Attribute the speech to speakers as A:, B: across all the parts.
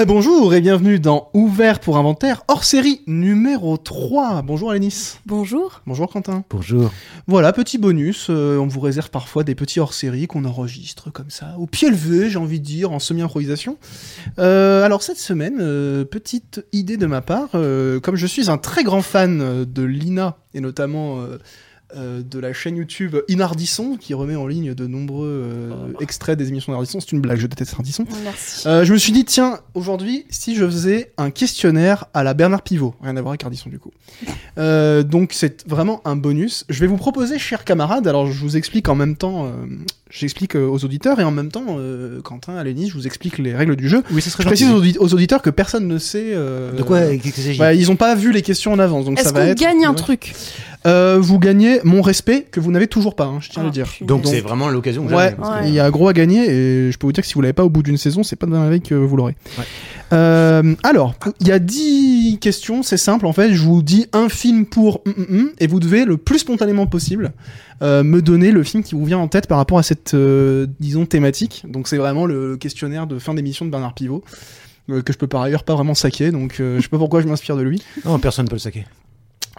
A: Euh, Bonjour et bienvenue dans Ouvert pour Inventaire, hors série numéro 3. Bonjour Alénis.
B: Bonjour.
A: Bonjour Quentin.
C: Bonjour.
A: Voilà, petit bonus, euh, on vous réserve parfois des petits hors-séries qu'on enregistre comme ça, au pied levé, j'ai envie de dire, en semi-improvisation. Euh, alors cette semaine, euh, petite idée de ma part, euh, comme je suis un très grand fan euh, de Lina, et notamment euh, euh, de la chaîne YouTube Inardisson, qui remet en ligne de nombreux euh, extraits des émissions d'Ardisson, c'est une blague, je déteste Ardisson.
B: Merci.
A: Euh, je me suis dit, tiens, aujourd'hui, si je faisais un questionnaire à la Bernard Pivot, rien à voir avec Ardisson du coup. Euh, donc c'est vraiment un bonus. Je vais vous proposer, chers camarades, alors je vous explique en même temps, euh, j'explique euh, aux auditeurs et en même temps, euh, Quentin, Alénis, je vous explique les règles du jeu.
C: Oui, ce serait
A: Je précise aux, audi- aux auditeurs que personne ne sait. euh,
C: De quoi Qu'est-ce que s'agit
A: bah, Ils n'ont pas vu les questions en avance, donc ça
B: Est-ce
A: va
B: qu'on
A: être.
B: gagne un truc
A: Euh, Vous gagnez mon respect que vous n'avez toujours pas, hein, je tiens à
B: Ah,
A: le dire.
B: punaise.
C: Donc c'est vraiment l'occasion. que
A: Ouais,
C: j'avais, parce que-
A: il y a gros à gagner et je peux vous dire que si vous l'avez pas au bout d'une saison, c'est pas dans la veille que vous l'aurez.
C: Ouais.
A: Euh, alors, il y a 10 questions, c'est simple en fait. Je vous dis un film pour hum, hum, hum, et vous devez le plus spontanément possible euh, me donner le film qui vous vient en tête par rapport à cette, euh, disons, thématique. Donc, c'est vraiment le questionnaire de fin d'émission de Bernard Pivot euh, que je peux par ailleurs pas vraiment saquer, donc euh, je sais pas pourquoi je m'inspire de lui.
C: Non, personne peut le saquer.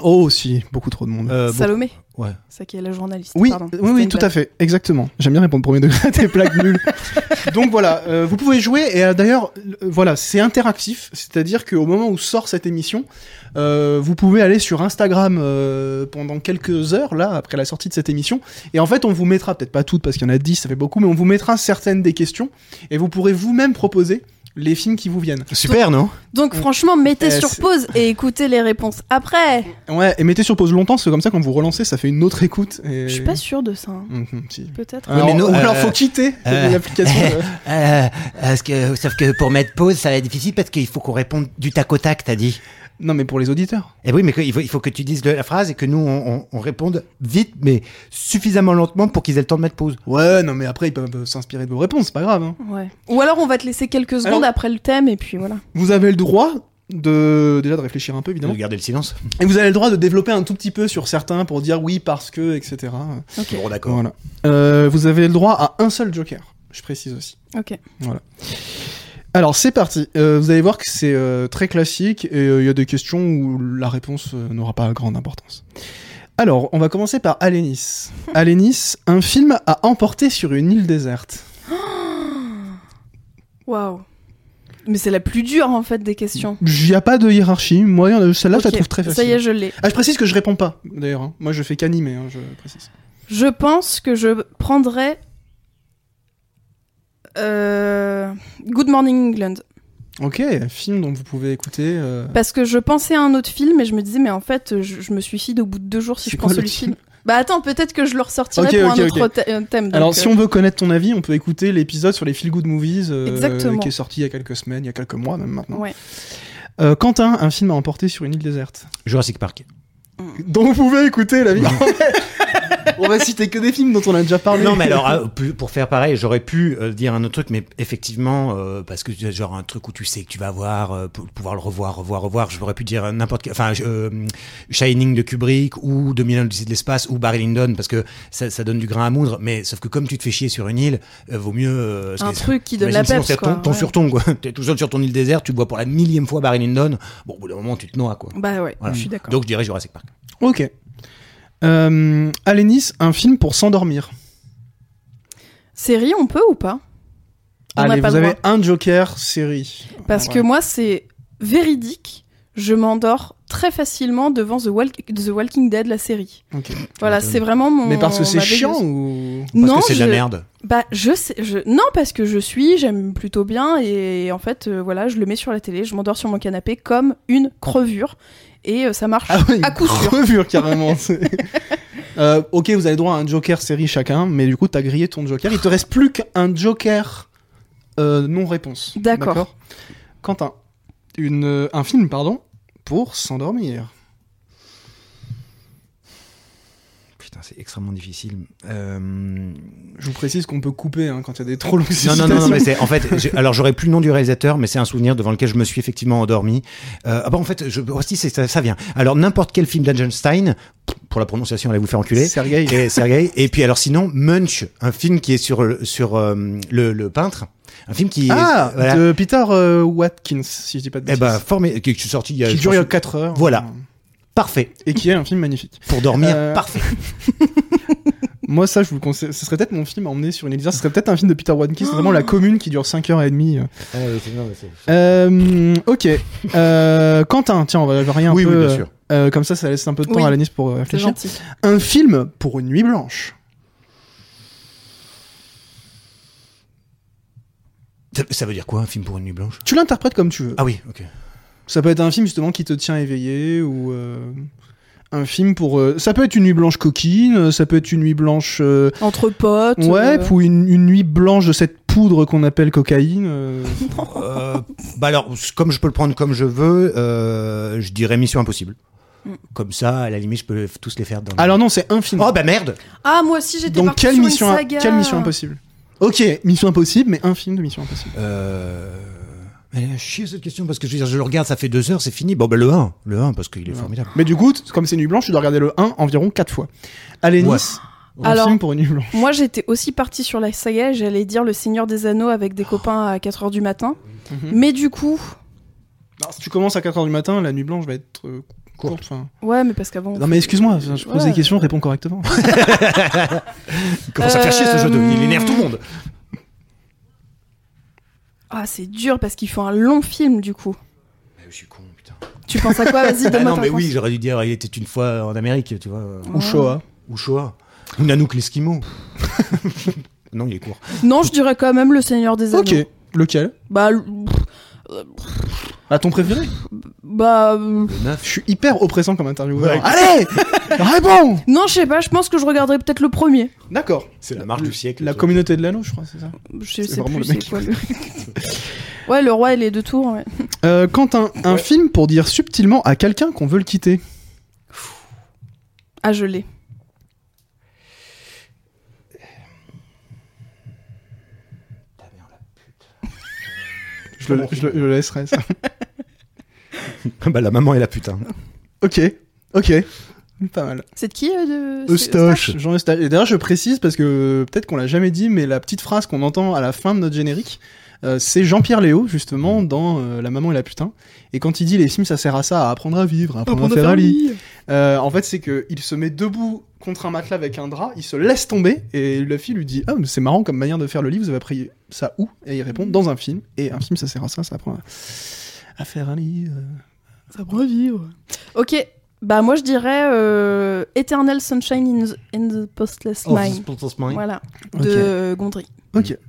A: Oh, si, beaucoup trop de monde.
C: Euh, bon,
B: Salomé.
C: ouais.
B: Ça qui est la journaliste.
A: Oui,
B: pardon.
A: oui, oui, tout à fait, exactement. J'aime bien répondre premier degré à tes plaques nulles. Donc voilà, euh, vous pouvez jouer et euh, d'ailleurs, euh, voilà, c'est interactif, c'est-à-dire qu'au moment où sort cette émission, euh, vous pouvez aller sur Instagram euh, pendant quelques heures là après la sortie de cette émission et en fait on vous mettra peut-être pas toutes parce qu'il y en a 10 ça fait beaucoup mais on vous mettra certaines des questions et vous pourrez vous-même proposer les films qui vous viennent.
C: Super, non
B: Donc franchement, mettez
A: Eh,
B: sur
A: c'est-
B: pause et écoutez les réponses après.
A: Ouais et mettez sur pause longtemps c'est comme ça quand vous relancez ça fait une autre écoute. Et...
B: Je suis pas sûre de ça. hein.
A: Mhm, si.
B: Peut-être.
A: Alors,
C: mais non,
A: ou alors
C: euh,
A: faut quitter
C: euh,
A: l'application. euh.
C: euh, parce que, Sauf que pour mettre pause, ça va être difficile parce qu'il faut qu'on réponde du tac au tac, t'as dit.
A: Non, mais pour les auditeurs.
C: Eh oui, mais que- il, faut, il faut que tu dises le- la phrase et que nous, on, on- on réponde vite, mais suffisamment lentement pour qu'ils aient le temps de mettre pause.
A: Ouais, non, mais après, ils peuvent euh, s'inspirer de vos réponses, c'est pas grave. hein.
B: Ouais. Ou alors on va te laisser quelques secondes
A: Alors-
B: après le thème et puis voilà.
A: Vous avez le droit de déjà de réfléchir un peu évidemment
C: Regardez le silence.
A: et vous avez le droit de développer un tout petit peu sur certains pour dire oui parce que etc
B: Ok.
C: Bon, d'accord.
A: voilà Euh, vous avez le droit à un seul joker je précise aussi
B: Ok.
A: alors c'est parti Euh, vous allez voir que c'est euh, très classique et euh, il y a des questions où la réponse euh, n'aura pas grande importance alors on va commencer par Alénis Alénis un film à emporter sur une île déserte
B: Waouh. Mais c'est la plus dure en fait des questions.
A: il n'y a pas de hiérarchie moi euh, celle-là je la
B: Ok.
A: trouve très facile
B: Ça y est, je l'ai.
A: Ah, je précise que je réponds pas, d'ailleurs. hein. Moi, je fais qu'animer, hein, je précise.
B: Je pense que je prendrais euh, Good Morning England.
A: Ok, film dont vous pouvez écouter. euh,
B: Parce que je pensais à un autre film et je me disais, mais en fait, je, je me suicide au bout de deux jours si
A: C'est
B: je
A: quoi le
B: prends celui film. Bah attends, peut-être que je le ressortirai
A: Ok,
B: pour
A: ok,
B: un
A: ok.
B: autre thè- euh, thème. donc,
A: Alors,
B: euh,
A: si on veut connaître ton avis, on peut écouter l'épisode sur les feel good movies euh,
B: Exactement.
A: qui est sorti il y a quelques semaines, il y a quelques mois même maintenant.
B: Ouais.
A: Euh, Quentin, un film à emporter sur une île déserte.
C: Jurassic Park.
A: Dont vous pouvez écouter l'avis. on va citer que des films dont on a déjà parlé.
C: Non, mais alors, euh, pu- pour faire pareil, j'aurais pu euh, dire un autre truc, mais effectivement, euh, parce que tu as genre un truc où tu sais que tu vas avoir, euh, pour pouvoir le revoir, revoir, revoir, j'aurais pu dire n'importe quel, enfin, je- euh, Shining de Kubrick ou 2001 Odyssée de l'espace ou Barry Lyndon, parce que ça, ça donne du grain à moudre, mais sauf que comme tu te fais chier sur une île, euh, vaut mieux. euh,
B: un
C: c'est-
B: truc qui donne la
C: Imagine sinon,
B: peps,
C: c'est
B: quoi.
C: ton, ton
B: ouais.
C: sur ton, quoi. T'es tout seul sur ton île déserte, tu bois pour la millième fois Barry Lyndon. Bon, au bout d'un moment, tu te noies, quoi.
B: Bah ouais,
C: Voilà.
B: je suis d'accord.
C: Donc, je dirais Jurassic Park.
A: Ok. Euh, Alénis, un film pour s'endormir.
B: Série, on peut ou pas On n'a
A: Allez,
B: pas
A: vous
B: le
A: avez un Joker série.
B: Parce que moi, c'est véridique. Je m'endors très facilement devant The, Walk- The Walking Dead, la série.
A: que.
B: Voilà, c'est vraiment mon.
A: Mais parce que c'est
B: ma veilleuse.
A: chiant ou.
C: Parce
B: non,
C: que c'est de la
B: je-
C: merde.
B: Bah, je sais. Je... Non, parce que je suis, j'aime plutôt bien, et en fait, euh, voilà, je le mets sur la télé, je m'endors sur mon canapé comme une crevure, et euh, ça marche.
A: Ah oui, une
B: À coup sûr.
A: crevure, carrément. c'est- Euh, ok, vous avez droit à un Joker série chacun, mais du coup, t'as grillé ton Joker. Il te reste plus qu'un Joker euh, non-réponse.
B: D'accord.
A: Quentin, une, euh, un film, pardon, pour s'endormir.
C: Putain, c'est extrêmement difficile. Euh,
A: Je vous précise qu'on peut couper hein, quand il y a des trop longues
C: Non,
A: citations.
C: non, non, non, mais c'est en fait. j'ai- Alors, j'aurais plus le nom du réalisateur, mais c'est un souvenir devant lequel je me suis effectivement endormi. Euh, ah bah en fait, je, oh, si, c'est- ça, ça vient. Alors n'importe quel film d'Agenstein, pour la prononciation, allez vous faire enculer.
A: Sergueï.
C: Et Sergei. Et puis alors sinon, Munch, un film qui est sur sur euh, le, le peintre. Un film qui
A: Ah,
C: est, voilà.
A: de Peter euh, Watkins, si je dis pas de
C: Eh
A: bêtises.
C: ben, formé, qui est sorti il y a,
A: qui
C: je
A: dure
C: pense,
A: 4 heures.
C: Voilà. parfait.
A: Et qui est un film magnifique.
C: Pour dormir,
A: Euh,
C: parfait.
A: Moi, ça, je vous le conseille. Ce serait peut-être mon film à emmener sur une île déserte. Ce serait peut-être un film de Peter Watkins, vraiment La Commune qui dure 5h30. Euh, ok. Euh, Quentin, tiens, on va varier un
C: oui,
A: peu.
C: oui, bien sûr.
A: euh, euh, comme ça, ça laisse un peu de temps
B: Oui.
A: à Alanis pour euh,
B: C'est
A: réfléchir.
B: gentil.
A: Un film pour une nuit blanche.
C: Ça, ça veut dire quoi, un film pour une nuit blanche
A: Tu l'interprètes comme tu veux.
C: Ah oui, ok.
A: Ça peut être un film justement qui te tient éveillé ou euh, un film pour. euh, ça peut être une nuit blanche coquine, ça peut être une nuit blanche. euh,
B: Entre potes.
A: ouais,
B: euh,
A: ou une, une nuit blanche de cette poudre qu'on appelle cocaïne. euh.
C: Euh, bah alors, c- comme je peux le prendre comme je veux, euh, je dirais Mission Impossible.
B: Mm.
C: Comme ça, à la limite, je peux tous les faire dans le-
A: Alors non, c'est un film.
C: Oh bah merde
B: Ah, moi aussi, j'étais
A: Donc
B: partie
A: quelle
B: sur une
A: mission,
B: saga.
A: quelle mission impossible Ok, mission impossible, mais un film de mission impossible.
C: euh... Elle a chier cette question parce que je veux dire, je le regarde, ça fait deux heures, c'est fini. Bon bah le 1, le 1 parce qu'il est formidable.
A: Mais du coup, t- comme c'est Nuit Blanche, tu dois regarder le 1 environ 4 fois. Allez,
C: Ouais.
A: Nice, un
B: Alors-
A: film pour une Nuit Blanche.
B: Moi, j'étais aussi partie sur la saga. J'allais dire Le Seigneur des Anneaux avec des copains à 4h du matin.
A: Mhm.
B: Mais du coup.
A: Alors, si tu commences à 4h du matin, la Nuit Blanche va être euh, courte.
C: Courte.
A: enfin.
B: Ouais, mais parce qu'avant.
A: Non mais excuse-moi, je pose
B: Ouais.
A: des questions, réponds correctement.
C: Il commence à faire chier ce jeu de... Il énerve tout le monde.
A: Euh,
B: Ah, c'est dur parce qu'il faut un long film, du coup.
C: Mais je suis con, putain.
B: Tu penses à quoi Vas-y,
C: Ah
B: donne-moi
C: non
B: ta
C: mais oui,
B: réponse.
C: j'aurais dû dire, il était une fois en Amérique, tu vois.
A: Ou Shoah.
C: Ou Shoah. Ou Nanook l'Esquimau. non, il est court.
B: Non, je dirais quand même Le Seigneur des Anneaux.
A: Ok, lequel
B: Bah, l-
A: Bah ton préféré
B: bah. euh,
C: Le 9.
A: Je suis hyper oppressant comme intervieweur.
C: Ouais.
A: Allez Réponds
B: Non, je sais pas, je pense que je regarderais peut-être le premier.
A: D'accord.
C: C'est la marque
A: Le-
C: du siècle.
A: La
C: ça.
A: communauté de l'anneau, je crois, c'est ça.
B: Je
A: C'est
B: sais
A: vraiment
B: plus
A: le
B: c'est
A: mec qui
B: quoi le. ouais, le roi et les deux tours. ouais.
A: Euh, Quentin, un film pour dire subtilement à quelqu'un qu'on veut le quitter.
B: Ah, je l'ai.
A: Je le, je le- je le laisserai, ça.
C: bah la maman et la putain.
A: ok, ok. Pas mal.
B: C'est de qui euh, de... c'est-
C: Eustache.
A: Jean Eustache. Et d'ailleurs, je précise parce que euh, peut-être qu'on l'a jamais dit, mais la petite phrase qu'on entend à la fin de notre générique, euh, c'est Jean-Pierre Léo justement dans euh, La Maman et la Putain. Et quand il dit les films, ça sert à ça, à apprendre à vivre,
B: Ah,
A: à apprendre à faire un lit. Euh, en fait, c'est que il se met debout contre un matelas avec un drap, il se laisse tomber et la fille lui dit ah mais c'est marrant comme manière de faire le lit, vous avez appris ça où Et il répond dans un film. Et un film, ça sert à ça, ça apprend à, à faire un lit. euh.
B: Ça pourrait vivre. Ok, bah moi je dirais euh, Eternal Sunshine in the, in the Postless Mind. Voilà, de euh, Gondry.
A: Ok.
C: Ah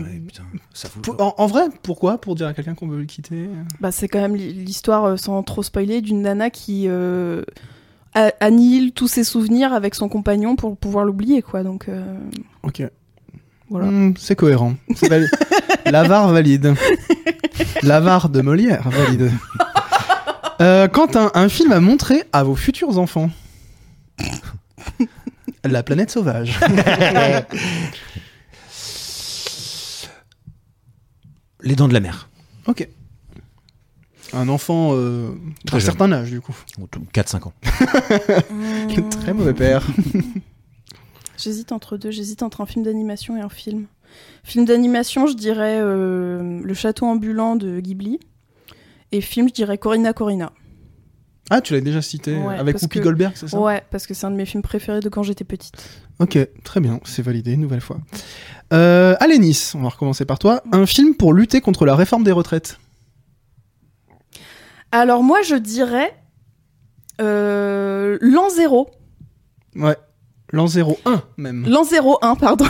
C: Ouais, putain, ça fout.
A: Pour- en, en vrai, pourquoi Pour dire à quelqu'un qu'on veut le quitter euh.
B: Bah, c'est quand même l'hi- l'histoire, euh, sans trop spoiler, d'une nana qui euh, a- annihile tous ses souvenirs avec son compagnon pour pouvoir l'oublier, quoi. Donc euh,
A: Ok.
B: voilà.
A: Hmm, c'est cohérent. C'est vali- L'avare valide. L'avare de Molière valide. Euh, Quentin, un film à montrer à vos futurs enfants. La planète sauvage.
C: Les dents de la mer.
A: ok. Un enfant euh, d'un
C: Très jeune.
A: certain âge, du coup.
C: 4-5 ans.
B: Mmh.
A: Très mauvais père.
B: J'hésite entre deux, j'hésite entre un film d'animation et un film. Film d'animation, je dirais euh, Le Château ambulant de Ghibli. Et film, je dirais Corina Corina.
A: Ah, tu l'as déjà cité
B: Ouais,
A: avec
B: parce
A: Whoopi
B: que-
A: Goldberg, c'est ça
B: Ouais, parce que c'est un de mes films préférés de quand j'étais petite.
A: Ok, très bien, c'est validé une nouvelle fois. Euh, allez, Nice, on va recommencer par toi. Un film pour lutter contre la réforme des retraites.
B: Alors moi, je dirais euh, L'an 0.
A: Ouais. L'an 01 même.
B: L'an 01, pardon.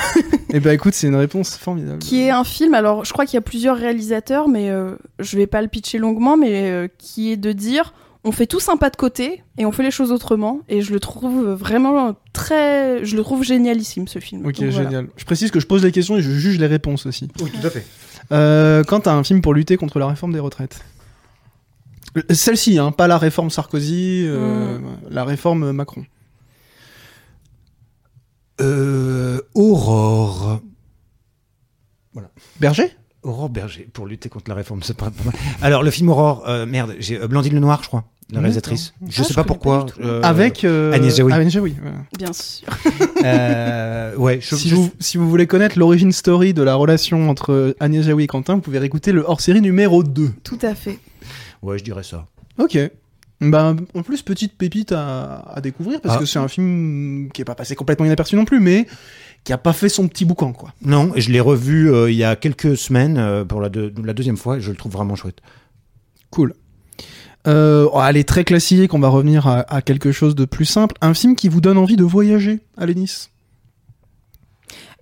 A: Eh ben écoute, c'est une réponse formidable.
B: qui est un film, alors je crois qu'il y a plusieurs réalisateurs, mais euh, je vais pas le pitcher longuement, mais euh, qui est de dire on fait tous un pas de côté et on fait les choses autrement. Et je le trouve vraiment très. Je le trouve génialissime ce film.
A: Ok,
B: Donc, voilà.
A: génial. Je précise que je pose les questions et je juge les réponses aussi.
C: Oui, tout à fait.
A: Euh, quand t'as un film pour lutter contre la réforme des retraites Le- Celle-ci, hein, pas la réforme Sarkozy, euh,
B: Hmm.
A: la réforme Macron.
C: Euh, Aurore.
A: Berger
C: Aurore Berger, pour lutter contre la réforme, c'est pas pas mal. Alors, le film Aurore, euh, merde, j'ai euh, Blandine Lenoir, je crois. la réalisatrice. Je
B: Ah,
C: sais
B: je
C: pas
B: connais
C: pourquoi.
B: pas du tout.
C: euh,
A: Avec euh,
C: Agnès Jaoui.
A: Agnès Jaoui, voilà.
B: Bien sûr.
C: euh, ouais, je,
A: si,
C: je-
A: vous, si vous voulez connaître l'origine story de la relation entre Agnès Jaoui et Quentin, vous pouvez réécouter le hors-série numéro 2.
B: Tout à fait.
C: ouais, je dirais ça.
A: Ok. Ben, en plus, petite pépite à, à découvrir, parce
C: Ah.
A: que c'est un film qui est pas passé complètement inaperçu non plus, mais qui a pas fait son petit boucan, quoi.
C: Non, et je l'ai revu euh, il y a quelques semaines euh, pour la, deux- la deuxième fois. et Je le trouve vraiment chouette.
A: Cool. Euh, oh, allez, très classique, on va revenir à, à quelque chose de plus simple. Un film qui vous donne envie de voyager. Allez, Nice.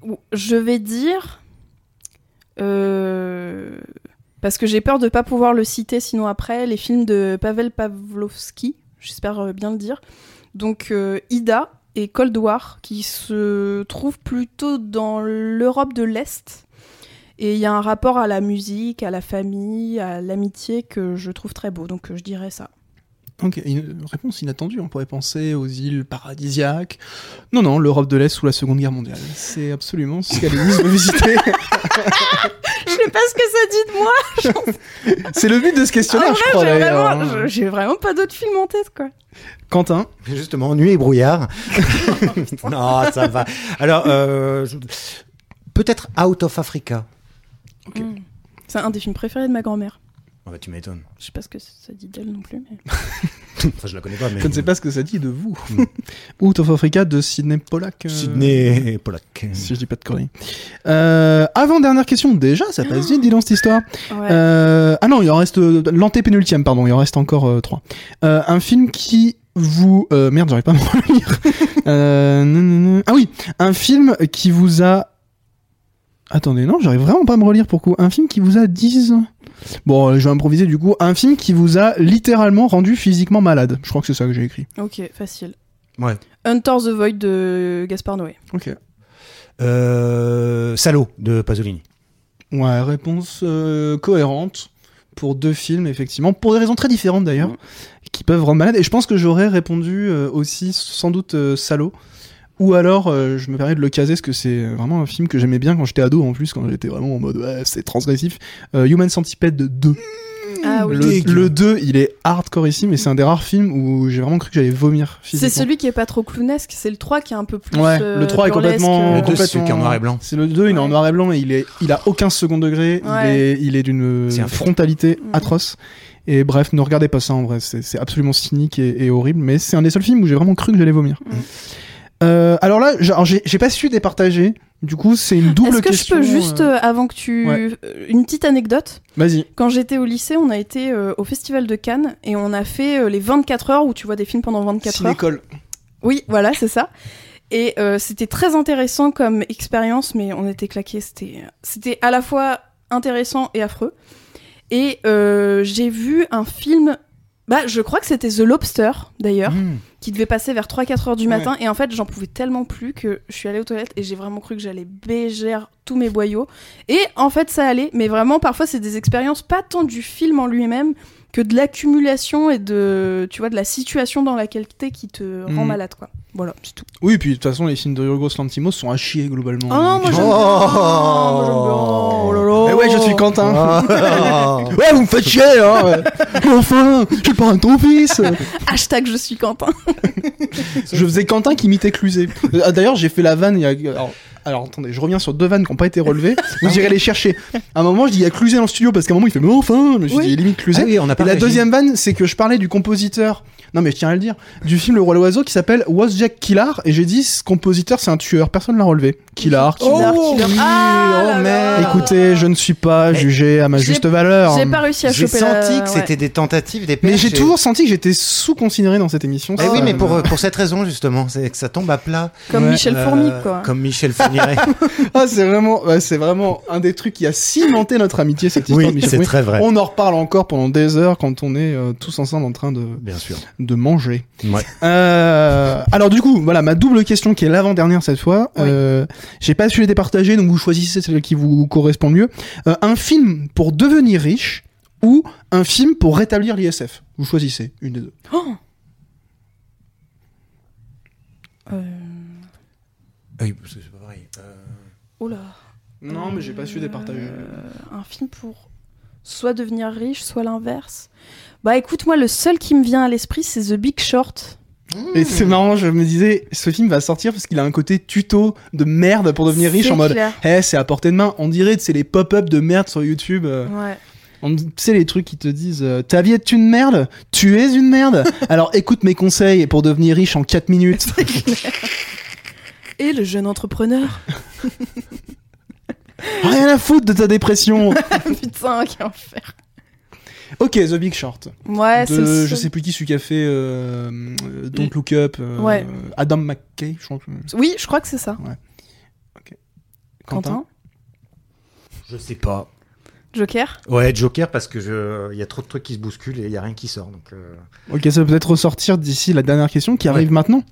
B: Ou- Je vais dire. euh, Parce que j'ai peur de pas pouvoir le citer sinon après, les films de Pavel Pavlovsky, j'espère euh, bien le dire. Donc euh, Ida et Cold War, qui se trouvent plutôt dans l'Europe de l'Est. Et il y a un rapport à la musique, à la famille, à l'amitié que je trouve très beau. Donc euh, je dirais ça.
A: Ok, une réponse inattendue, on pourrait penser aux îles paradisiaques. Non, non, l'Europe de l'Est sous la Seconde Guerre mondiale. C'est absolument ce qu'Allez, Nice veut visiter.
B: je sais pas ce que ça dit de moi.
A: C'est le but de ce questionnaire,
B: En
A: je crois.
B: vrai, Ah, j'ai
A: d'ailleurs,
B: vraiment,
A: hein.
B: je- j'ai vraiment pas d'autres films en tête quoi.
A: Quentin
C: Justement, nuit et brouillard. non, ça va. Alors, euh, je- peut-être Out of Africa.
A: Ok.
B: Mm. C'est un des films préférés de ma grand-mère.
C: Ah bah, tu m'étonnes.
B: Je sais pas ce que ça dit d'elle non plus. Mais...
C: Enfin, je la connais pas, mais.
A: Je ne sais pas ce que ça dit de vous.
C: Mm.
A: Out of Africa de Sidney Pollack. euh,
C: Sydney Pollack.
A: Si je dis pas de conneries. Euh, Avant-dernière question, déjà, ça passe vite, dis donc cette histoire.
B: Ouais.
A: Euh, ah non, il en reste euh, l'antépénultième, pardon, il en reste encore euh, trois. Euh, un film qui vous euh, merde, j'arrive pas à me relire. Euh, nan, nan, nan. ah oui, un film qui vous a attendez non, j'arrive vraiment pas à me relire pour coup. Un film qui vous a 10 Bon, euh, je vais improviser du coup. Un film qui vous a littéralement rendu physiquement malade. Je crois que c'est ça que j'ai écrit.
B: Euh, Ok, facile.
C: Ouais.
B: Hunter the Void de Gaspard Noé.
A: Ok.
C: Euh, Salaud de Pasolini.
A: Ouais, réponse euh, cohérente pour deux films, effectivement, pour des raisons très différentes d'ailleurs,
B: Mhm.
A: qui peuvent rendre malade. Et je pense que j'aurais répondu euh, aussi, sans doute, euh, Salaud. Ou alors, euh, je me permets de le caser, parce que c'est vraiment un film que j'aimais bien quand j'étais ado, en plus, quand j'étais vraiment en mode, ouais, c'est transgressif. Euh, Human Centipede 2.
B: Ah oui.
A: Le, le 2, il est hardcore ici, mais c'est un des rares films où j'ai vraiment cru que j'allais vomir
B: C'est
A: physiquement.
B: celui qui est pas trop clownesque, c'est le 3 qui est un peu plus.
A: Ouais,
B: euh,
A: le 3 est
B: burlesque,
A: complètement.
B: euh,
C: Le deux, c'est
A: complètement-
C: celui qui est en noir et blanc.
A: C'est le 2, il est en
B: Ouais.
A: noir et blanc et il, est, il a aucun second degré.
B: Ouais.
A: Il est, il est d'une
C: C'est un fait.
A: frontalité
B: Mm.
A: atroce. Et bref, ne regardez pas ça en vrai, c'est c'est absolument cynique et, et horrible, mais c'est un des seuls films où j'ai vraiment cru que j'allais vomir.
B: Mm.
A: Euh, alors là, j'ai- alors j'ai j'ai pas su départager, du coup c'est une double
B: Est-ce que je
A: question.
B: peux juste,
A: euh,
B: euh, avant que tu.
A: ouais.
B: euh, Une petite anecdote
A: Vas-y.
B: Quand j'étais au lycée, on a été euh, au Festival de Cannes et on a fait euh, les 24 heures où tu vois des films pendant 24 heures.
A: Cinécole.
B: Oui, voilà, c'est ça. Et euh, c'était très intéressant comme expérience, mais on était claqués. C'était, c'était à la fois intéressant et affreux. Et euh, j'ai vu un film, bah, je crois que c'était The Lobster
A: Ah.
B: d'ailleurs,
C: Mmh.
B: qui devait passer vers 3-4 heures du
A: Ouais.
B: matin. Et en fait, j'en pouvais tellement plus que je suis allée aux toilettes et j'ai vraiment cru que j'allais bégère tous mes boyaux. Et en fait, ça allait. Mais vraiment, parfois, c'est des expériences pas tant du film en lui-même que de l'accumulation et de, tu vois, de la situation dans laquelle t'es qui te rend
A: Mhm.
B: malade, quoi. Voilà, c'est tout.
A: Oui, puis de toute façon, les films de Yorgos Lantimos sont à chier globalement.
B: Oh non, moi j'aime bien. Ah, Moi, j'aime bien. Oh là là.
A: Mais Eh ouais, je suis Quentin.
C: Oh.
A: Ouais, vous me faites chier, hein Mais enfin, je suis pas un ton fils
B: Hashtag je suis Quentin.
A: Je faisais Quentin qui imitait Cluzet. Euh, D'ailleurs, j'ai fait la vanne. il y a- Alors, alors, attendez, je reviens sur deux vannes qui n'ont pas été relevées. Vous irez les chercher. À un moment, je dis il y a Cluzet dans le studio parce qu'à un moment, il fait mais enfin, je me suis
B: Oui.
A: dit limite Cluzet.
C: Ah oui, on a
A: Et la
C: partagé.
A: deuxième vanne, c'est que je parlais du compositeur. Non, mais je tiens à le dire. Du film Le Roi l'Oiseau qui s'appelle Was Jack Killar. Et j'ai dit ce compositeur, c'est un tueur. Personne l'a relevé. Killar.
B: Oh,
A: Killar.
B: Killer. Ah là là.
C: merde.
A: Écoutez, je ne suis pas
C: Mais
A: jugé à ma
B: j'ai-
A: juste valeur.
B: J'ai pas réussi à
C: J'ai
B: choper la-
C: senti que
B: ouais.
C: c'était des tentatives, des
A: Mais
C: perches
A: j'ai
C: et-
A: toujours senti que j'étais sous-considéré dans cette émission.
C: Eh
A: Ça,
C: oui, mais
A: euh,
C: pour, pour cette raison, justement, c'est que ça tombe à plat.
B: Comme
A: Ouais.
B: Michel
C: Euh,
B: Fourmi, quoi.
C: Comme Michel Fourniret.
A: Ah, c'est vraiment, ouais, c'est vraiment un des trucs qui a cimenté notre amitié, cette histoire. de Michel Fournier.
C: très vrai.
A: On en reparle encore pendant des heures quand on est euh, tous ensemble en train de,
C: Bien sûr.
A: de manger.
C: Ouais.
A: Euh, alors du coup, voilà ma double question qui est l'avant-dernière cette fois.
B: Oui.
A: Euh, J'ai pas su les départager, donc vous choisissez celle qui vous correspond le mieux. Euh, un film pour devenir riche ou un film pour rétablir l'ISF. Vous choisissez une des deux.
B: Oh Euh,
C: Oui, parce que c'est pas pareil. Euh,
B: oh là.
A: Non, mais j'ai pas su départager.
B: Euh, un film pour soit devenir riche, soit l'inverse. Bah écoute, moi, le seul qui me vient à l'esprit, c'est The Big Short.
A: Et c'est marrant, je me disais, ce film va sortir parce qu'il a un côté tuto de merde pour devenir riche
B: C'est
A: en mode,
B: clair.
A: eh, c'est à portée de main. On dirait, c'est les pop-up de merde sur YouTube. euh,
B: Ouais.
A: On sais les trucs qui te disent euh, ta vie est une merde, tu es une merde. Alors écoute mes conseils pour devenir riche en 4 minutes.
B: Et le jeune entrepreneur.
A: Rien à foutre de ta dépression.
B: Putain, quel enfer.
A: OK, The Big Short.
B: Ouais, Ah, c'est
A: De-
B: le seul.
A: je sais plus qui celui qui a fait euh, euh, Don't Look Up euh,
B: Ouais.
A: Adam McKay, je crois que euh,
B: Oui, je crois que c'est ça. Quentin,
C: Je sais pas.
B: Joker.
C: Ouais, Joker, parce que je, il y a trop de trucs qui se bousculent et il y a rien qui sort. Donc, euh,
A: OK, ça va peut-être ressortir d'ici la dernière question qui arrive maintenant.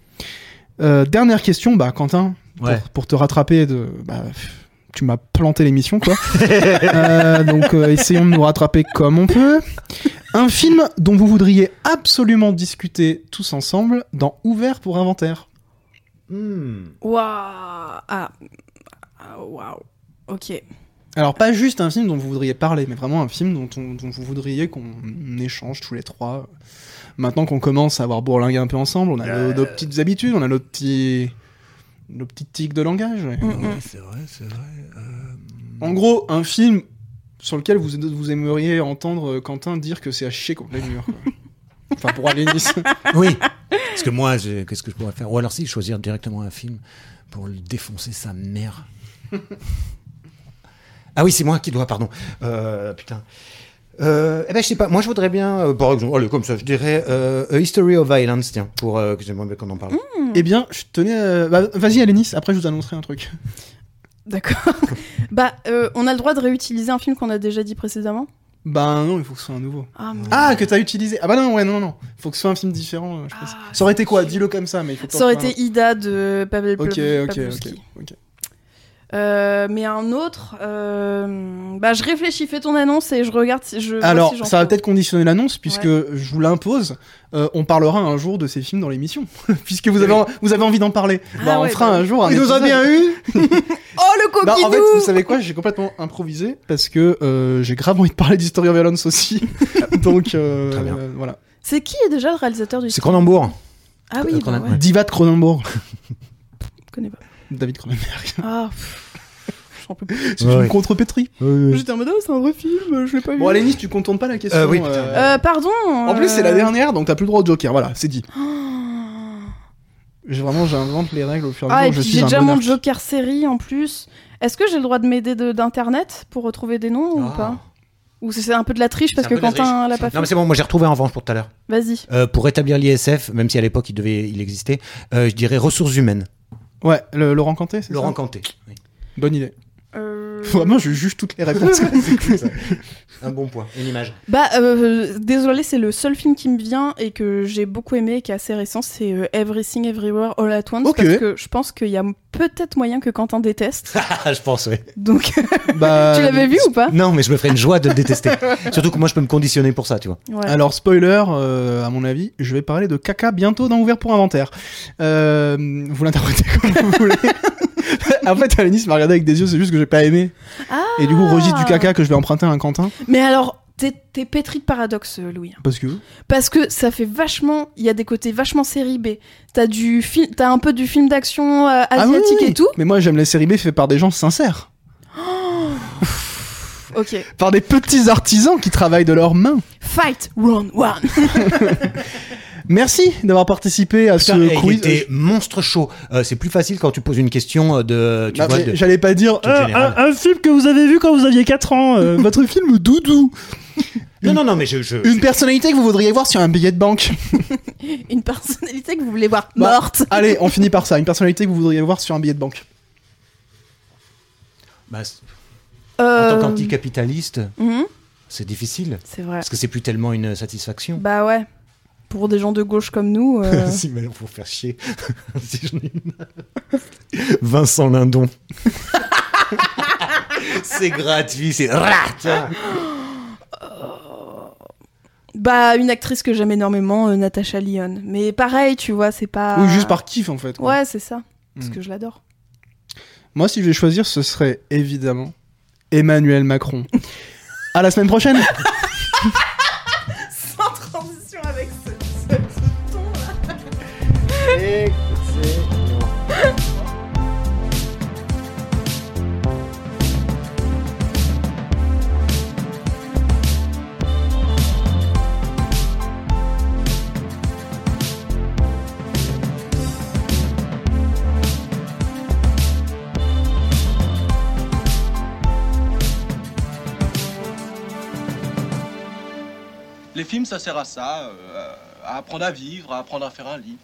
A: Euh, dernière question bah Quentin pour,
C: Ouais.
A: pour te rattraper de bah, pff, tu m'as planté l'émission quoi. Euh, donc euh, essayons de nous rattraper comme on peut. Un film dont vous voudriez absolument discuter tous ensemble dans Ouvert pour inventaire.
C: hmm.
B: Waouh. Ah. Ah, Waouh. Ok.
A: Alors pas juste un film dont vous voudriez parler, mais vraiment un film dont, on- dont vous voudriez qu'on échange tous les trois. Maintenant qu'on commence à avoir bourlingué un peu ensemble, on a nos, nos petites habitudes, on a nos petits, nos petits tics de langage. ouais.
B: Mm, mm.
C: c'est vrai, c'est vrai.
A: En gros, un film sur lequel vous, vous aimeriez entendre euh, Quentin dire que c'est à chier contre les murs. quoi. enfin pour aller Nice.
C: Oui. Parce que moi, je- qu'est-ce que je pourrais faire Ou alors si, choisir directement un film pour le défoncer sa mère. ah oui, c'est moi qui dois, pardon. Euh, putain. Euh, eh ben, je sais pas. Moi, je voudrais bien, euh, par exemple, allez, comme ça, je dirais euh, A History of Violence, tiens, pour euh, que j'aimerais bien qu'on en
B: Mm,
C: parle.
A: Eh bien, je tenais. à- bah, Vas-y, allez Nice. Après, je vous annoncerai un truc.
B: D'accord. bah, euh, on a le droit de réutiliser un film qu'on a déjà dit précédemment
A: Ben non, il faut que ce soit un nouveau.
B: Ah, mon-
A: Ah, que t'as utilisé. Ah bah non, ouais, non, non, non. Faut que ce soit un film différent. euh, je pense.
B: Ah,
A: ça aurait été quoi
B: c'est-
A: Dis-le comme ça, mais il faut que
B: Ça aurait
A: t'en
B: été Ida de Pavel
A: trouves un.
B: Pl-
A: Ok, ok,
B: Pavlovsky.
A: ok. ok.
B: Euh, mais un autre, euh, bah je réfléchis, fais ton annonce et je regarde si je. vois
A: Alors,
B: si j'en
A: ça va
B: trouve.
A: peut-être conditionner l'annonce, puisque je vous l'impose. euh, on parlera un jour de ces films dans l'émission, puisque vous avez, vous avez envie d'en parler.
B: Ah
A: bah, on
B: ouais,
A: fera
B: bah
A: un
B: oui.
A: jour. Un
C: Il nous en a
A: épisode.
C: bien eu
B: Oh le
A: Bah,
B: coquidou
A: en fait, vous savez quoi J'ai complètement improvisé parce que euh, j'ai grave envie de parler d'History of Violence aussi. Donc euh,
C: Très bien.
A: euh, voilà.
B: C'est qui est déjà le réalisateur du
C: C'est Cronenbourg.
B: Ah oui, bah,
C: Conan,
B: ouais,
C: ouais.
A: Diva de Cronenbourg.
B: je connais pas.
A: David Cronenberg.
B: Ah, pff, j'en peux plus.
A: C'est
C: Ouais.
A: une contre-pétrie.
B: J'étais en mode, oh, c'est un vrai film, je l'ai pas vu.
A: Bon, allez, Nice, tu contournes pas la question.
C: Euh, oui, putain.
B: Euh, pardon.
A: En plus, c'est la
B: euh,
A: dernière, donc t'as plus le droit au Joker. Voilà, c'est dit.
B: oh.
A: J'ai vraiment, j'invente les règles au fur et à
B: Ah, et
A: mesure. je
B: puis
A: suis
B: j'ai
A: un
B: déjà
A: bonheur.
B: mon Joker série en plus. Est-ce que j'ai le droit de m'aider de- d'internet pour retrouver des
C: Ah.
B: noms
A: Ah.
B: ou pas Ou c'est un peu de la triche parce
C: un
B: que
C: peu de la
B: Quentin l'a pas fait
C: Non, mais c'est bon, moi j'ai retrouvé un revanche pour tout à l'heure.
B: Vas-y.
C: Euh, pour rétablir l'ISF, même si à l'époque il devait, il existait, euh, je dirais ressources humaines.
A: Ouais, le, Laurent Canté, c'est
C: Laurent
A: ça
C: Canté. Oui.
A: Bonne idée.
B: Euh,
A: Vraiment, je juge toutes les réponses.
C: Un bon point, une image.
B: Bah, euh, désolé, c'est le seul film qui me vient et que j'ai beaucoup aimé et qui est assez récent, c'est euh, Everything Everywhere All at Once
A: Ok.
B: parce que je pense qu'il y a peut-être moyen que Quentin déteste.
C: Ah, je pense, oui.
B: Donc,
A: bah,
B: tu l'avais vu ou pas
C: Non, mais je me ferais une joie de le détester. Surtout que moi je peux me conditionner pour ça, tu vois.
B: Ouais.
A: Alors, spoiler, euh, à mon avis, je vais parler de caca bientôt dans Ouvert pour Inventaire. Euh, vous l'interprétez comme vous voulez. en fait, Alanis m'a regardé avec des yeux, c'est juste que j'ai pas aimé.
B: Ah.
A: Et du coup, registre du caca que je vais emprunter à un Quentin.
B: Mais alors, t'es t'es pétri de paradoxes, euh, Louis.
A: Parce que.
B: Parce que ça fait vachement, il y a des côtés vachement série B. T'as du film, t'as un peu du film d'action euh,
A: Ah oui,
B: asiatique
A: oui, oui.
B: et tout.
A: Mais moi, j'aime les séries B faites par des gens sincères.
B: Ok.
A: Par des petits artisans qui travaillent de leurs mains.
B: Fight round one. Merci.
A: Merci d'avoir participé à
C: Putain,
A: ce
C: eh, il
A: quiz.
C: était monstre chaud. Euh, c'est plus facile quand tu poses une question euh, de. Tu
A: Bah,
C: vois,
A: mais
C: de-
A: J'allais pas dire
C: Culture
A: euh,
C: générale.
A: un, un film que vous avez vu quand vous aviez 4 ans, euh, votre film Doudou.
C: Euh, Non, non, non, mais je. je-
A: Une personnalité que vous voudriez voir sur un billet de banque.
B: Une personnalité que vous voulez voir
A: Bah,
B: morte.
A: Allez, on finit par ça. Une personnalité que vous voudriez voir sur un billet de banque.
C: bah, c'est- en
B: Euh,
C: tant qu'anticapitaliste,
B: mhm,
C: c'est difficile.
B: c'est vrai.
C: Parce que c'est plus tellement une satisfaction.
B: Bah ouais. Pour des gens de gauche comme nous. euh,
C: si, mais faut faire chier. si j'en ai une. Vincent Lindon. c'est gratuit, c'est. Rat
B: bah une actrice que j'aime énormément, euh, Natasha Lyon. Mais pareil, tu vois, c'est pas.
A: Oui, juste par kiff en fait. quoi.
B: Ah. Ouais, c'est ça. Parce
A: Mm.
B: que je l'adore.
A: Moi, si je vais choisir, ce serait évidemment Emmanuel Macron. à la semaine prochaine.
B: Centre
A: Les films, ça sert à ça, euh, à apprendre à vivre, à apprendre à faire un lit.